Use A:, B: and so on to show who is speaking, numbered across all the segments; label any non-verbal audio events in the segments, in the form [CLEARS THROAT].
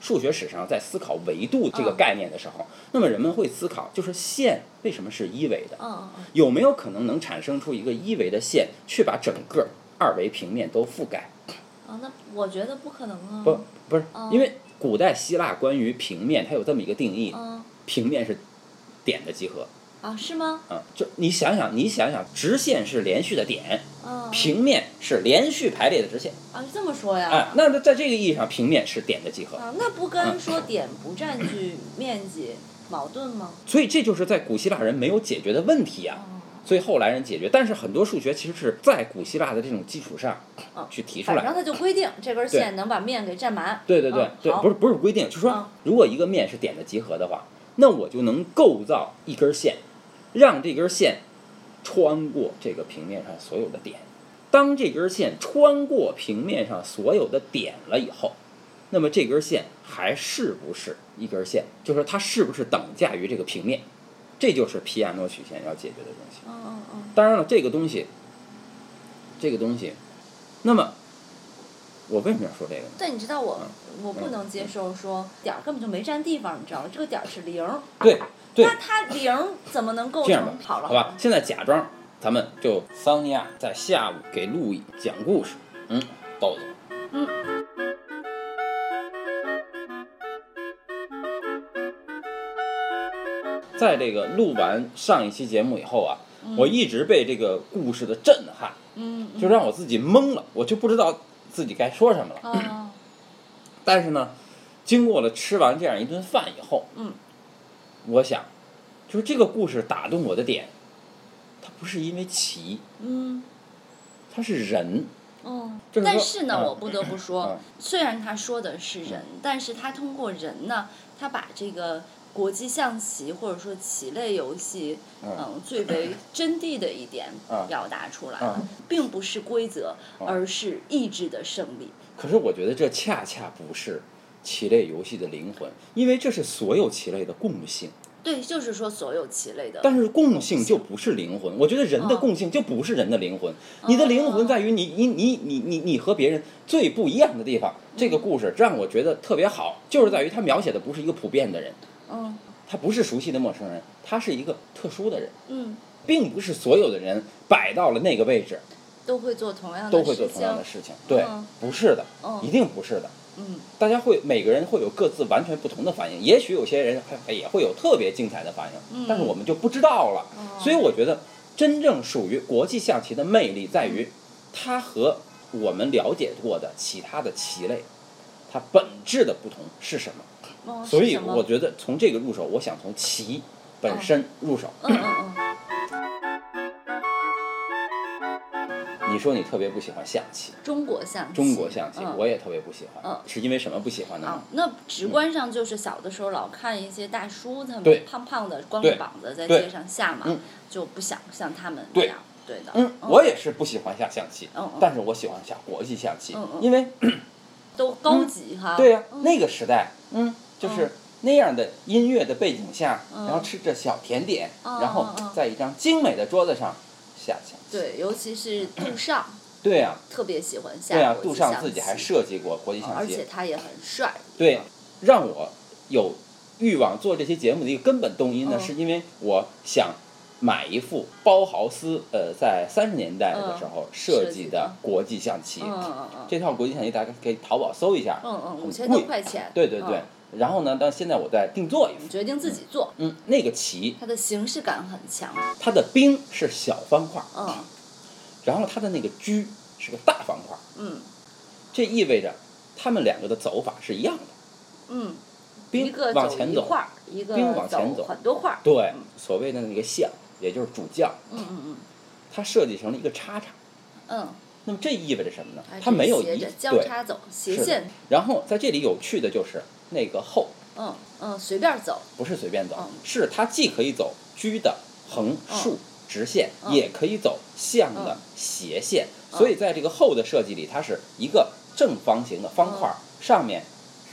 A: 数学史上在思考维度这个概念的时候，那么人们会思考，就是线为什么是一维的？
B: 嗯嗯
A: 有没有可能能产生出一个一维的线，去把整个二维平面都覆盖？
B: 嗯，啊，那我觉得不可能啊。
A: 不，不是，
B: 嗯
A: 因为古代希腊关于平面，它有这么一个定义：
B: 嗯
A: 平面是点的集合。
B: 啊，是吗？
A: 嗯，就你想想，你想想，直线是连续的点，
B: 嗯
A: 平面是连续排列的直线。
B: 啊，这么说呀？
A: 哎，那么在这个意义上，平面是点的集合。
B: 啊，那不跟说
A: 嗯
B: 点不占据面积矛盾吗？嗯
A: 所以这就是在古希腊人没有解决的问题啊。所以后来人解决，但是很多数学其实是在古希腊的这种基础上
B: 嗯
A: 去提出
B: 反
A: 来
B: 正
A: 的。
B: 它就规定这根线能把面给占满。
A: 对对对
B: 嗯
A: 对，
B: 好
A: 不是不是规定，就说
B: 嗯
A: 如果一个面是点的集合的话，那我就能构造一根线，让这根线穿过这个平面上所有的点。当这根线穿过平面上所有的点了以后，那么这根线还是不是一根线？就是说它是不是等价于这个平面？这就是皮亚诺曲线要解决的东西。
B: 嗯嗯嗯
A: 当然了，这个东西，这个东西，那么我为什么要说这个呢？
B: 但你知道我，
A: 嗯
B: 我不能接受说点儿根本就没占地方，你知道吗？这个点儿是零儿，
A: 对对，
B: 那它零儿怎么能构
A: 这样吧
B: 成？，好了，嗯
A: 好吧，，现在假装咱们就桑尼亚在下午给路易讲故事，嗯，豆子，
B: 嗯。
A: 在这个录完上一期节目以后啊，我一直被这个故事的震撼，
B: 嗯嗯
A: 就让我自己懵了，我就不知道自己该说什么了。
B: 嗯
A: 但是呢，经过了吃完这样一顿饭以后，
B: 嗯，
A: 我想，就是这个故事打动我的点，它不是因为奇，
B: 嗯
A: 它是人，
B: 嗯
A: 就是说
B: 但是呢，
A: 嗯
B: 我不得不说
A: 嗯，
B: 虽然他说的是人，但是他通过人呢，他把这个国际象棋或者说棋类游戏，
A: 嗯
B: 嗯，最
A: [LAUGHS]
B: 为真谛的一点
A: 嗯
B: 表达出来了
A: 嗯，
B: 并不是规则，
A: 嗯
B: 而是意志的胜利。
A: 可是我觉得这恰恰不是棋类游戏的灵魂，因为这是所有棋类的共性，
B: 对，就是说所有棋类的，
A: 但是共性就不是灵魂。我觉得人的
B: 嗯
A: 共性就不是人的灵魂，你的灵魂在于你你你你你你和别人最不一样的地方。这个故事让我觉得特别好，就是在于它描写的不是一个普遍的人。
B: 嗯
A: 他不是熟悉的陌生人，他是一个特殊的人，
B: 嗯，
A: 并不是所有的人摆到了那个位置
B: 都会做同样的
A: 都
B: 事情，
A: 会做同样的事情。对
B: 嗯，
A: 不是的，
B: 嗯
A: 一定不是的。
B: 嗯
A: 大家会每个人会有各自完全不同的反应，也许有些人还也会有特别精彩的反应，
B: 嗯
A: 但是我们就不知道了。
B: 哦
A: 所以我觉得，真正属于国际象棋的魅力在
B: 嗯
A: 于，它和我们了解过的其他的棋类，它本质的不同是什么？
B: 哦
A: 所
B: 是
A: 以
B: 什么
A: 我觉得从这个入手，我想从棋本身入手。
B: 嗯嗯嗯，
A: 你说你特别不喜欢象棋，
B: 中国象棋，
A: 中国象棋，
B: 嗯
A: 我也特别不喜欢，
B: 嗯
A: 是因为什么不喜欢呢
B: 啊？，那直观上就是小的时候老看一些大叔他
A: 对
B: 们胖胖的光
A: 对
B: 着膀子在街上下嘛
A: 嗯，
B: 就不想像他们那
A: 对
B: 样，对的，
A: 嗯，我也是不喜欢下象棋，
B: 嗯嗯
A: 但是我喜欢下国际象棋，
B: 嗯嗯
A: 因为
B: 都高级
A: 嗯
B: 哈，
A: 对呀、
B: 嗯
A: 那个时代，嗯，就是那样的音乐的背景下，
B: 嗯
A: 然后吃着小甜点，
B: 嗯
A: 然后
B: 嗯嗯
A: 在一张精美的桌子上下象棋。
B: 对，尤其是杜尚
A: 对呀、
B: 特别喜欢下
A: 对呀、
B: 国
A: 杜
B: 际象棋嗯
A: 尚自己还设计过国际
B: 而
A: 象棋
B: 且，他也很帅，
A: 对，让我有欲望做这期节目的一个根本动因呢，
B: 嗯
A: 是因为我想买一副包豪斯呃在三十年代的时候设
B: 哦设
A: 计
B: 计
A: 的
B: 的
A: 国际象棋。
B: 嗯嗯嗯嗯
A: 这套国际象棋大家可以淘宝搜一下，
B: 嗯嗯，
A: 很
B: 五千
A: 贵
B: 多块钱，
A: 对对
B: 哦
A: 对。然后呢，到现在我在定做一
B: 嗯，
A: 副，
B: 决定自己做，
A: 嗯，那个棋
B: 他的形式感很强，
A: 它的兵是小方块，
B: 嗯
A: 然后它的那个车是个大方块，
B: 嗯
A: 这意味着他们两个的走法是一样的，
B: 嗯，一
A: 兵
B: 个
A: 往
B: 走
A: 前
B: 一
A: 走，
B: 块儿，一个
A: 兵往前走
B: 很多块儿，
A: 对
B: 嗯，
A: 所谓的那个象，也就是主将，
B: 嗯嗯嗯
A: 它设计成了一个叉叉。
B: 嗯。
A: 那么这意味着什么呢
B: 哎？
A: 它没有
B: 斜
A: 一
B: 着交
A: 对，
B: 叉走，
A: 是
B: 斜
A: 的
B: 线，。
A: 然后在这里有趣的就是那个后
B: 嗯嗯，随便走，
A: 不是随便走
B: 嗯，
A: 是它既可以走车的横竖直线，
B: 嗯
A: 也可以走向的
B: 嗯
A: 斜线。
B: 嗯
A: 所以在这个后的设计里，它是一个正方形的方块，
B: 嗯
A: 上面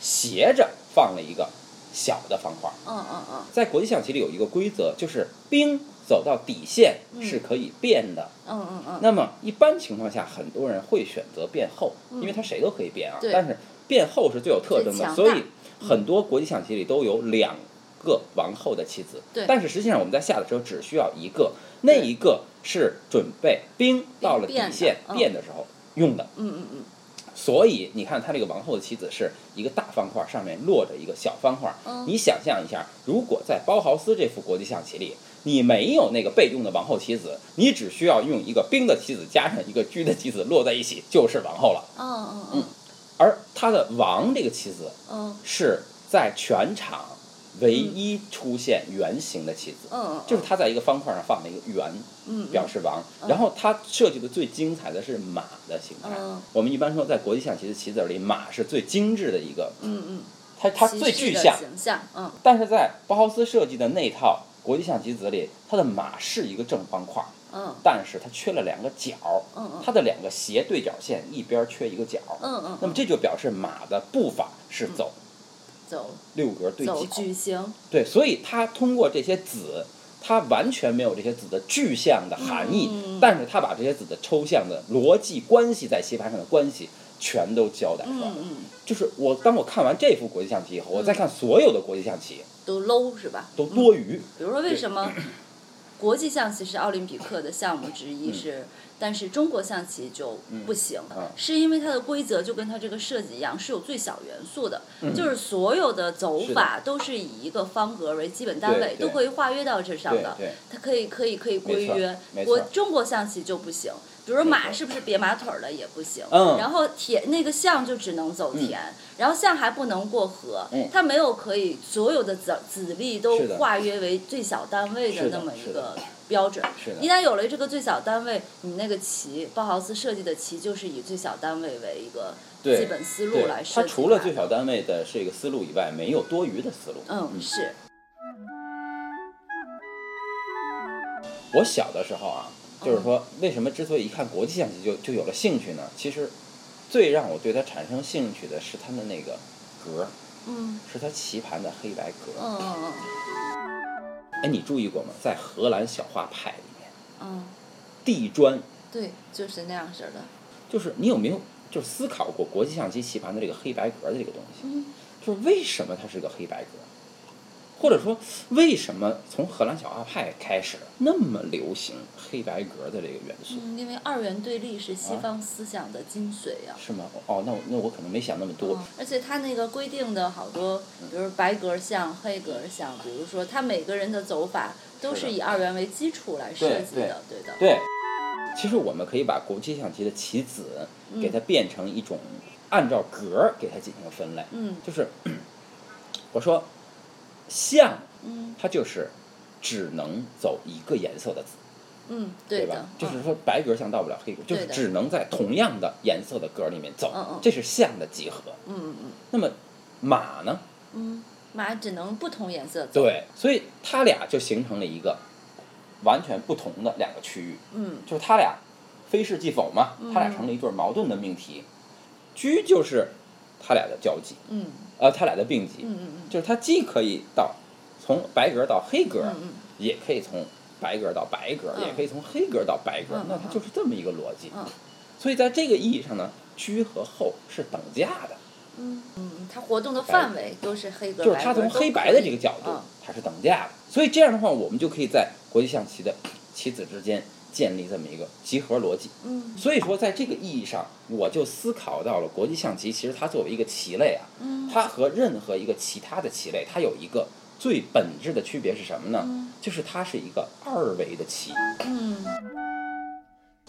A: 斜着放了一个小的方块。
B: 嗯嗯嗯
A: 在国际象棋里有一个规则，就是兵走到底线
B: 嗯
A: 是可以变的。
B: 嗯嗯嗯，
A: 那么一般情况下，很多人会选择变厚，
B: 嗯
A: 因为他谁都可以变啊。
B: 对
A: 但是变厚是最有特征
B: 最强
A: 的，
B: 大
A: 所以很多国际象棋里都有两个王后的棋子，
B: 对
A: 但是实际上我们在下的时候只需要一个，那
B: 对
A: 一个是准备兵到了底
B: 变的
A: 线
B: 嗯
A: 变的时候用的。
B: 嗯嗯嗯
A: 所以你看，它这个王后的棋子是一个大方块，上面落着一个小方块。
B: 嗯
A: 你想象一下，如果在包豪斯这副国际象棋里，你没有那个备用的王后棋子，你只需要用一个兵的棋子加上一个车的棋子落在一起，就是王后了。
B: 嗯嗯
A: 而他的王这个棋子
B: 嗯
A: 是在全场唯一出现圆形的棋子，
B: 嗯，
A: 就是他在一个方块上放了一个圆，
B: 嗯
A: 表示王。
B: 嗯
A: 然后他设计的最精彩的是马的形态。
B: 嗯
A: 我们一般说，在国际象棋的棋子里，马是最精致的一个，
B: 嗯嗯，
A: 它它最具象。
B: 形象，嗯
A: 但是在包豪斯设计的那套国际象棋子里，它的马是一个正方块，
B: 嗯
A: 但是它缺了两个角，
B: 嗯嗯
A: 它的两个斜对角线一边缺一个角。
B: 嗯
A: 那么
B: 嗯，
A: 这就表示马的步伐是走
B: 走
A: 六格对
B: 走
A: 角，
B: 矩形，
A: 对，所以它通过这些子，它完全没有这些子的具象的含义，
B: 嗯
A: 但是它把这些子的抽象的逻辑关系在棋盘上的关系全都交代出
B: 嗯
A: 来了。
B: 嗯，
A: 就是我当我看完这幅国际象棋以后，我再看所有的国际象棋
B: 都 low 是吧？
A: 都多余。
B: 比如说，为
A: [CLEARS THROAT]
B: 什么国际象棋是奥林匹克的项目之一
A: 嗯
B: 是，但是中国象棋就不行、
A: 嗯
B: 是因为它的规则就跟它这个设计一样，是有最小元素的，
A: 嗯
B: 就是所有的走
A: 是的
B: 法都是以一个方格为基本单位，
A: 对对
B: 都可以化约到这上
A: 对
B: 的。
A: 对，
B: 它可以可以可以规
A: 没错
B: 约
A: 没。
B: 国
A: 错
B: 中国象棋就不行，比如说
A: 没
B: 马
A: 错
B: 是不是别马腿儿了也不行，
A: 嗯
B: 然后田那个象就只能走田，然后象还不能过河，
A: 嗯
B: 它没有可以所有的子子力都
A: 是的
B: 化约为最小单位
A: 是
B: 那
A: 的
B: 么一
A: 是
B: 个
A: 的
B: 标准。
A: 是
B: 一
A: 的，
B: 旦有了这个最小单位，你那个棋，包豪斯设计的棋就是以最小单位为一个基
A: 对。
B: 本思路
A: 对
B: 来，
A: 它
B: 设计
A: 除了
B: 它
A: 最小单位的这个思路以外，没有多余的思路。
B: 嗯是
A: 我小的时候啊，就是
B: 嗯
A: 说，为什么之所以一看国际象棋就就有了兴趣呢？其实，最让我对它产生兴趣的是它的那个格儿，
B: 嗯
A: 是它棋盘的黑白格儿。
B: 嗯嗯嗯
A: 哎，你注意过吗？在荷兰小画派里面，
B: 嗯
A: 地砖
B: 对，就是那样式儿的，
A: 就是你有没有就是思考过国际象棋棋盘的这个黑白格儿的这个东西？
B: 嗯
A: 就是为什么它是个黑白格儿？或者说，为什么从荷兰小画派开始那么流行黑白格儿的这个元素？
B: 嗯，因为二元对立是西
A: 啊
B: 方思想的精髓呀、
A: 是吗？哦，那我那我可能没想那么多。
B: 嗯而且它那个规定的好多，比如白格像、黑格像，比如说它每个人的走法都
A: 是
B: 是
A: 的
B: 以二元为基础来设计的，对的。
A: 对，其实我们可以把国际象棋的棋子给它变成一种按照格儿给它进行分类，
B: 嗯
A: 就是我说象
B: 嗯
A: 它就是只能走一个颜色的字，
B: 嗯，
A: 对
B: 的
A: 吧？。就是说白格象到不了黑格，就
B: 对
A: 是
B: 的
A: 只能在同样的颜色的格儿里面走，
B: 嗯嗯
A: 这是象的集合。
B: 嗯嗯嗯
A: 那么马呢？
B: 嗯，马只能不同颜色走。
A: 对，所以它俩就形成了一个完全不同的两个区域。
B: 嗯
A: 就是他俩非是即否嘛，他俩成了一对矛盾的命题。车就是他俩的交集，
B: 嗯
A: 呃，他俩的并集，
B: 嗯嗯
A: 就是它既可以到从白格到黑格，
B: 嗯嗯
A: 也可以从白格到白格，
B: 嗯
A: 也可以从黑格到白格，
B: 嗯
A: 那它就是这么一个逻辑。
B: 嗯
A: 所以在这个意义上呢，车和后是等价的，
B: 嗯嗯，它活动的范围都是黑格。
A: 就是它
B: 白格
A: 从
B: 都
A: 黑白
B: 可
A: 的
B: 以
A: 这个角度
B: 嗯，
A: 它是等价的。所以这样的话，我们就可以在国际象棋的棋子之间建立这么一个集合逻辑。
B: 嗯
A: 所以说，在这个意义上，我就思考到了国际象棋，其实它作为一个棋类啊，
B: 嗯
A: 它和任何一个其他的棋类，它有一个最本质的区别是什么呢？
B: 嗯
A: 就是它是一个二维的棋。
B: 嗯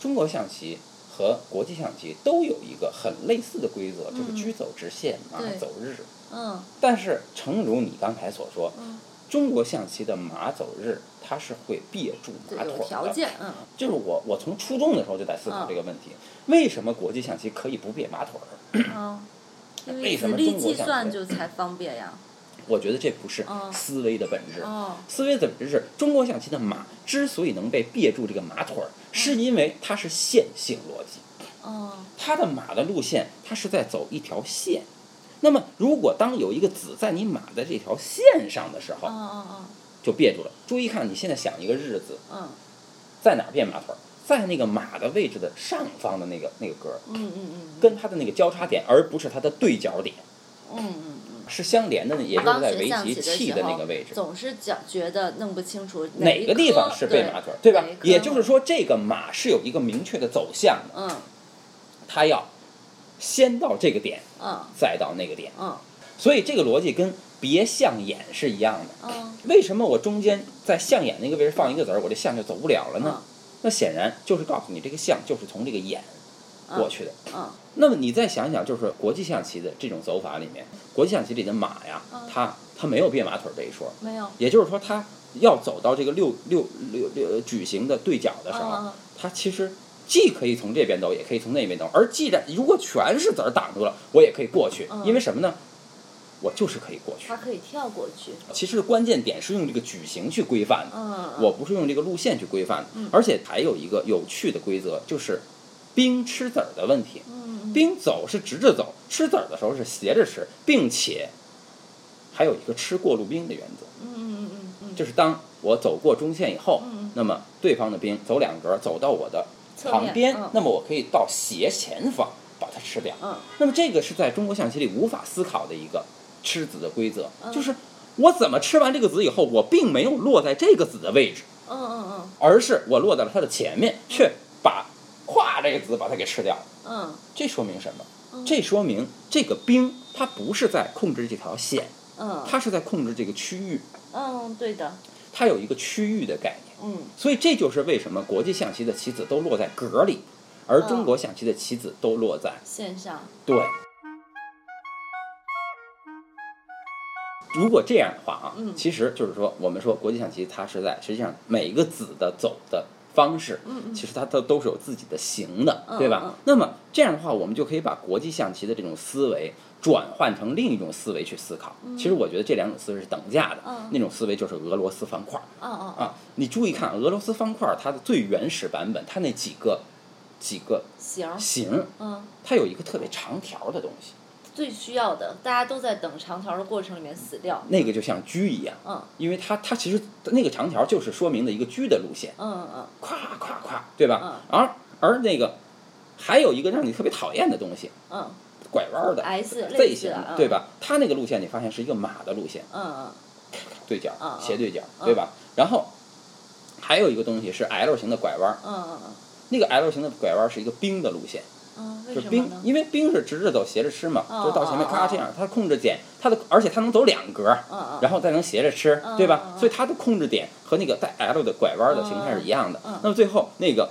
A: 中国象棋和国际象棋都有一个很类似的规则，就是
B: 嗯
A: 车走直线，马
B: 对
A: 走日。
B: 嗯
A: 但是，诚如你刚才所说，
B: 嗯，
A: 中国象棋的马走日，它是会别住
B: 对，
A: 马
B: 有
A: 腿
B: 条
A: 儿的。
B: 件，嗯
A: 就是我，我从初中的时候就在思考
B: 嗯
A: 这个问题：为什么国际象棋可以不别马腿儿？
B: 嗯，因
A: 为
B: 子
A: 什么
B: 力
A: 中国
B: 计
A: 象棋
B: 算就才方便呀。
A: 我觉得这不是
B: 嗯
A: 思维的本质。
B: 哦，
A: 思维的本质是中国象棋的马之所以能被别住这个马腿儿，
B: 嗯
A: 是因为它是线性逻辑，
B: 哦，
A: 它的马的路线它是在走一条线。那么，如果当有一个子在你马的这条线上的时候，
B: 哦哦
A: 就别住了。注意看，你现在想一个日子
B: 哦，嗯
A: 在哪儿变马腿儿，在那个马的位置的上方的那个那个格儿，
B: 嗯嗯嗯，
A: 跟它的那个交叉点，而不是它的对角点。
B: 嗯嗯嗯
A: 是相连的，也就
B: 我
A: 是
B: 刚
A: 在
B: 学
A: 围
B: 象
A: 棋
B: 棋的
A: 气
B: 时
A: 的那
B: 候
A: 个位置。
B: 总是讲觉得弄不清楚
A: 哪
B: 个
A: 个地方是
B: 对
A: 被马腿儿，对吧
B: 哪一？科
A: 也就是说，这个马是有一个明确的走向的，
B: 嗯
A: 它要先到这个点，
B: 嗯
A: 再到那个点。
B: 嗯
A: 所以这个逻辑跟别象眼是一样的。
B: 嗯
A: 为什么我中间在象眼那个位置放一个子儿，我这象就走不了了呢？那显然就是告诉你，这个象就是从这个眼过去的。
B: 嗯
A: 那么你再想想，就是国际象棋的这种走法里面，国际象棋里的马呀
B: 嗯，
A: 它它没有变马腿儿这一说，
B: 没有
A: 也就是说，它要走到这个六六六六矩形的对角的时候，
B: 嗯
A: 它其实既可以从这边走，也可以从那边走。而既然如果全是子儿挡住了，我也可以过去，
B: 嗯
A: 因为什么呢？我就是可以过去
B: 它。可以跳过去
A: 其实关键点是用这个矩形去规范的，
B: 嗯
A: 我不是用这个路线去规范的
B: 嗯。
A: 而且还有一个有趣的规则，就是兵吃子儿的问题。
B: 嗯嗯
A: 兵走是直着走，吃子儿的时候是斜着吃，并且还有一个吃过路兵的原则。
B: 嗯嗯嗯嗯
A: 就是当我走过中线以后，
B: 嗯
A: 那么对方的兵走两格走到我的
B: 侧面
A: 旁边，
B: 嗯
A: 那么我可以到斜前方把它吃掉。
B: 嗯
A: 那么这个是在中国象棋里无法思考的一个吃子的规则，
B: 嗯
A: 就是我怎么吃完这个子以后，我并没有落在这个子的位置，
B: 嗯嗯
A: 而是我落在了它的前面，却把跨这个子把它给吃掉了。
B: 嗯
A: 这说明什么？
B: 嗯
A: 这说明这个兵它不是在控制这条线，
B: 嗯
A: 它是在控制这个区域，
B: 嗯对的
A: 它有一个区域的概念。
B: 嗯
A: 所以这就是为什么国际象棋的棋子都落在格里，而
B: 嗯
A: 中国象棋的棋子都落在
B: 线上
A: 对。如果这样的话啊，
B: 嗯
A: 其实就是说，我们说国际象棋，它是在实际上每一个子的走的方式，
B: 嗯嗯
A: 其实它都都是有自己的形的，
B: 嗯
A: 对吧？
B: 嗯嗯
A: 那么这样的话，我们就可以把国际象棋的这种思维转换成另一种思维去思考。其实我觉得这两种思维是等价的，
B: 嗯
A: 那种思维就是俄罗斯方块，
B: 嗯嗯嗯
A: 啊，你注意看俄罗斯方块儿它的最原始版本，它那几个几个
B: 行
A: 形儿，
B: 嗯
A: 它有一个特别长条儿的东西，
B: 最需要的大家都在等长条的过程里面死掉
A: 那个就像车一样，
B: 嗯
A: 因为它它其实那个长条儿就是说明的一个车的路线，
B: 嗯嗯
A: 咵咵咵，对吧？而而那个还有一个让你特别讨厌的东西，
B: 嗯
A: 拐弯儿的
B: S 类
A: Z
B: 似
A: 型
B: 的
A: 的，
B: 嗯
A: 对吧？它那个路线你发现是一个马的路线，
B: 嗯
A: 对角
B: 嗯嗯
A: 斜对角，
B: 嗯
A: 对吧？然后还有一个东西是 L 型的拐弯儿，
B: 嗯嗯嗯
A: 那个 L 型的拐弯儿是一个兵的路线。
B: 嗯为
A: 就
B: 什么
A: 兵，
B: 呢
A: 因为兵是直着走，斜着吃嘛，
B: 哦
A: 就是到前面
B: 哦
A: 咔
B: 哦
A: 这样，它控制点，它的而且它能走两格，
B: 嗯嗯
A: 然后再能斜着吃，
B: 嗯
A: 对
B: 嗯
A: 吧？
B: 嗯
A: 所以它的控制点和那个带 L 的拐弯的形态是一样的
B: 嗯嗯。
A: 那么最后那个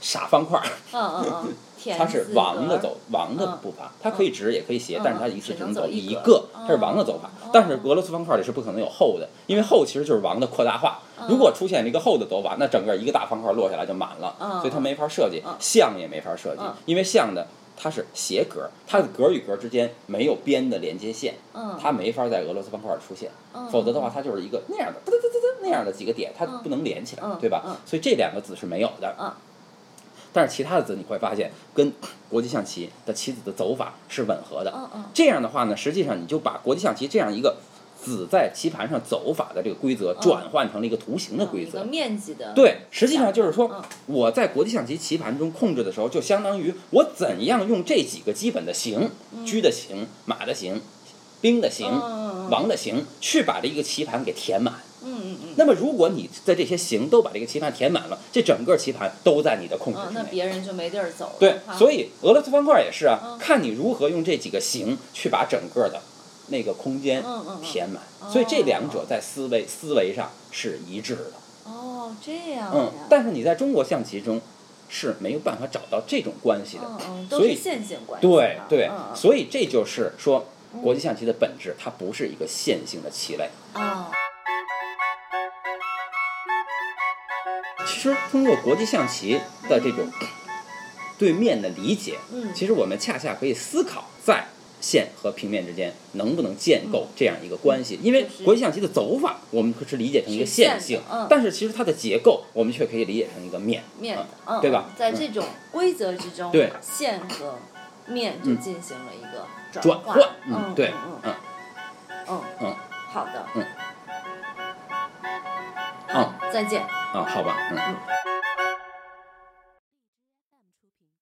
A: 傻方块儿，
B: 嗯嗯嗯舔
A: 它是
B: 四
A: 王
B: 格
A: 的走王的步伐，它可以直也可以斜
B: 嗯，
A: 但是它一次
B: 只
A: 只
B: 能
A: 能
B: 走
A: 走
B: 一
A: 一
B: 格
A: 个，
B: 哦
A: 它是王的走法
B: 哦。
A: 但是俄罗斯方块里是不可能有后的，因为后其实就是王的扩大化。
B: 嗯
A: 如果出现了一个后的走法，那整个一个大方块落下来就满了，
B: 嗯
A: 所以它没法设计
B: 嗯，
A: 象也没法设计
B: 嗯，
A: 因为象的。它是斜格，它的格与格之间没有边的连接线，
B: 嗯
A: 它没法在俄罗斯方块出现。
B: 嗯
A: 否则的话，它就是一个那样的、哒哒哒哒哒那样的几个点，它不能连起来，
B: 嗯
A: 对吧？
B: 嗯
A: 所以这两个子是没有的。
B: 嗯
A: 但是其他的子你会发现，跟国际象棋的棋子的走法是吻合的。
B: 嗯嗯
A: 这样的话呢，实际上你就把国际象棋这样一个子在棋盘上走法的这个规则
B: 嗯
A: 转换成了一个图形的规
B: 一嗯个
A: 则。
B: 面积的
A: 对，实际上就是
B: 嗯
A: 说，我在国际象棋棋盘中控制的时候，就相当于我怎样用这几个基本的形，车的形、马的形、兵的形、
B: 嗯嗯嗯嗯
A: 王的形，去把这一个棋盘给填满。
B: 嗯嗯嗯
A: 那么，如果你在这些形都把这个棋盘填满了，这整个棋盘都在你的控制
B: 嗯，
A: 之
B: 那
A: 内。
B: 别人就没地儿走了
A: 对，所
B: 以
A: 以俄罗斯方块也是啊，
B: 嗯
A: 看你如何用这几个形去把整个的那个空间
B: 嗯嗯嗯
A: 填满。
B: 哦
A: 所以这两者在思维思维上是一致的。
B: 哦这样
A: 嗯
B: 呀，
A: 但是你在中国象棋中是没有办法找到这种关系的。
B: 嗯嗯都
A: 所
B: 是
A: 以
B: 线性关系
A: 对
B: 啊
A: 对，
B: 嗯嗯
A: 所以这就是说，国际象棋的本质，它不是一个线性的棋类。
B: 哦
A: 其实通过国际象棋的这种对面的理解，
B: 嗯
A: 其实我们恰恰可以思考在线和平面之间能不能建构这样一个关系。因为
B: 嗯就是
A: 国际象棋的走法，我们可是理解成一个线
B: 是线
A: 性
B: 的，嗯
A: 但是其实它的结构，我们却可以理解成一个面
B: 面的
A: 嗯
B: 嗯
A: 对吧
B: 在这种规则之中
A: 对嗯
B: 线和面就进行了一个
A: 转
B: 化
A: 换。
B: 嗯
A: 对
B: 嗯，
A: 嗯
B: 嗯嗯
A: 嗯
B: 好的
A: 嗯，
B: 再见。
A: 啊，好吧，嗯。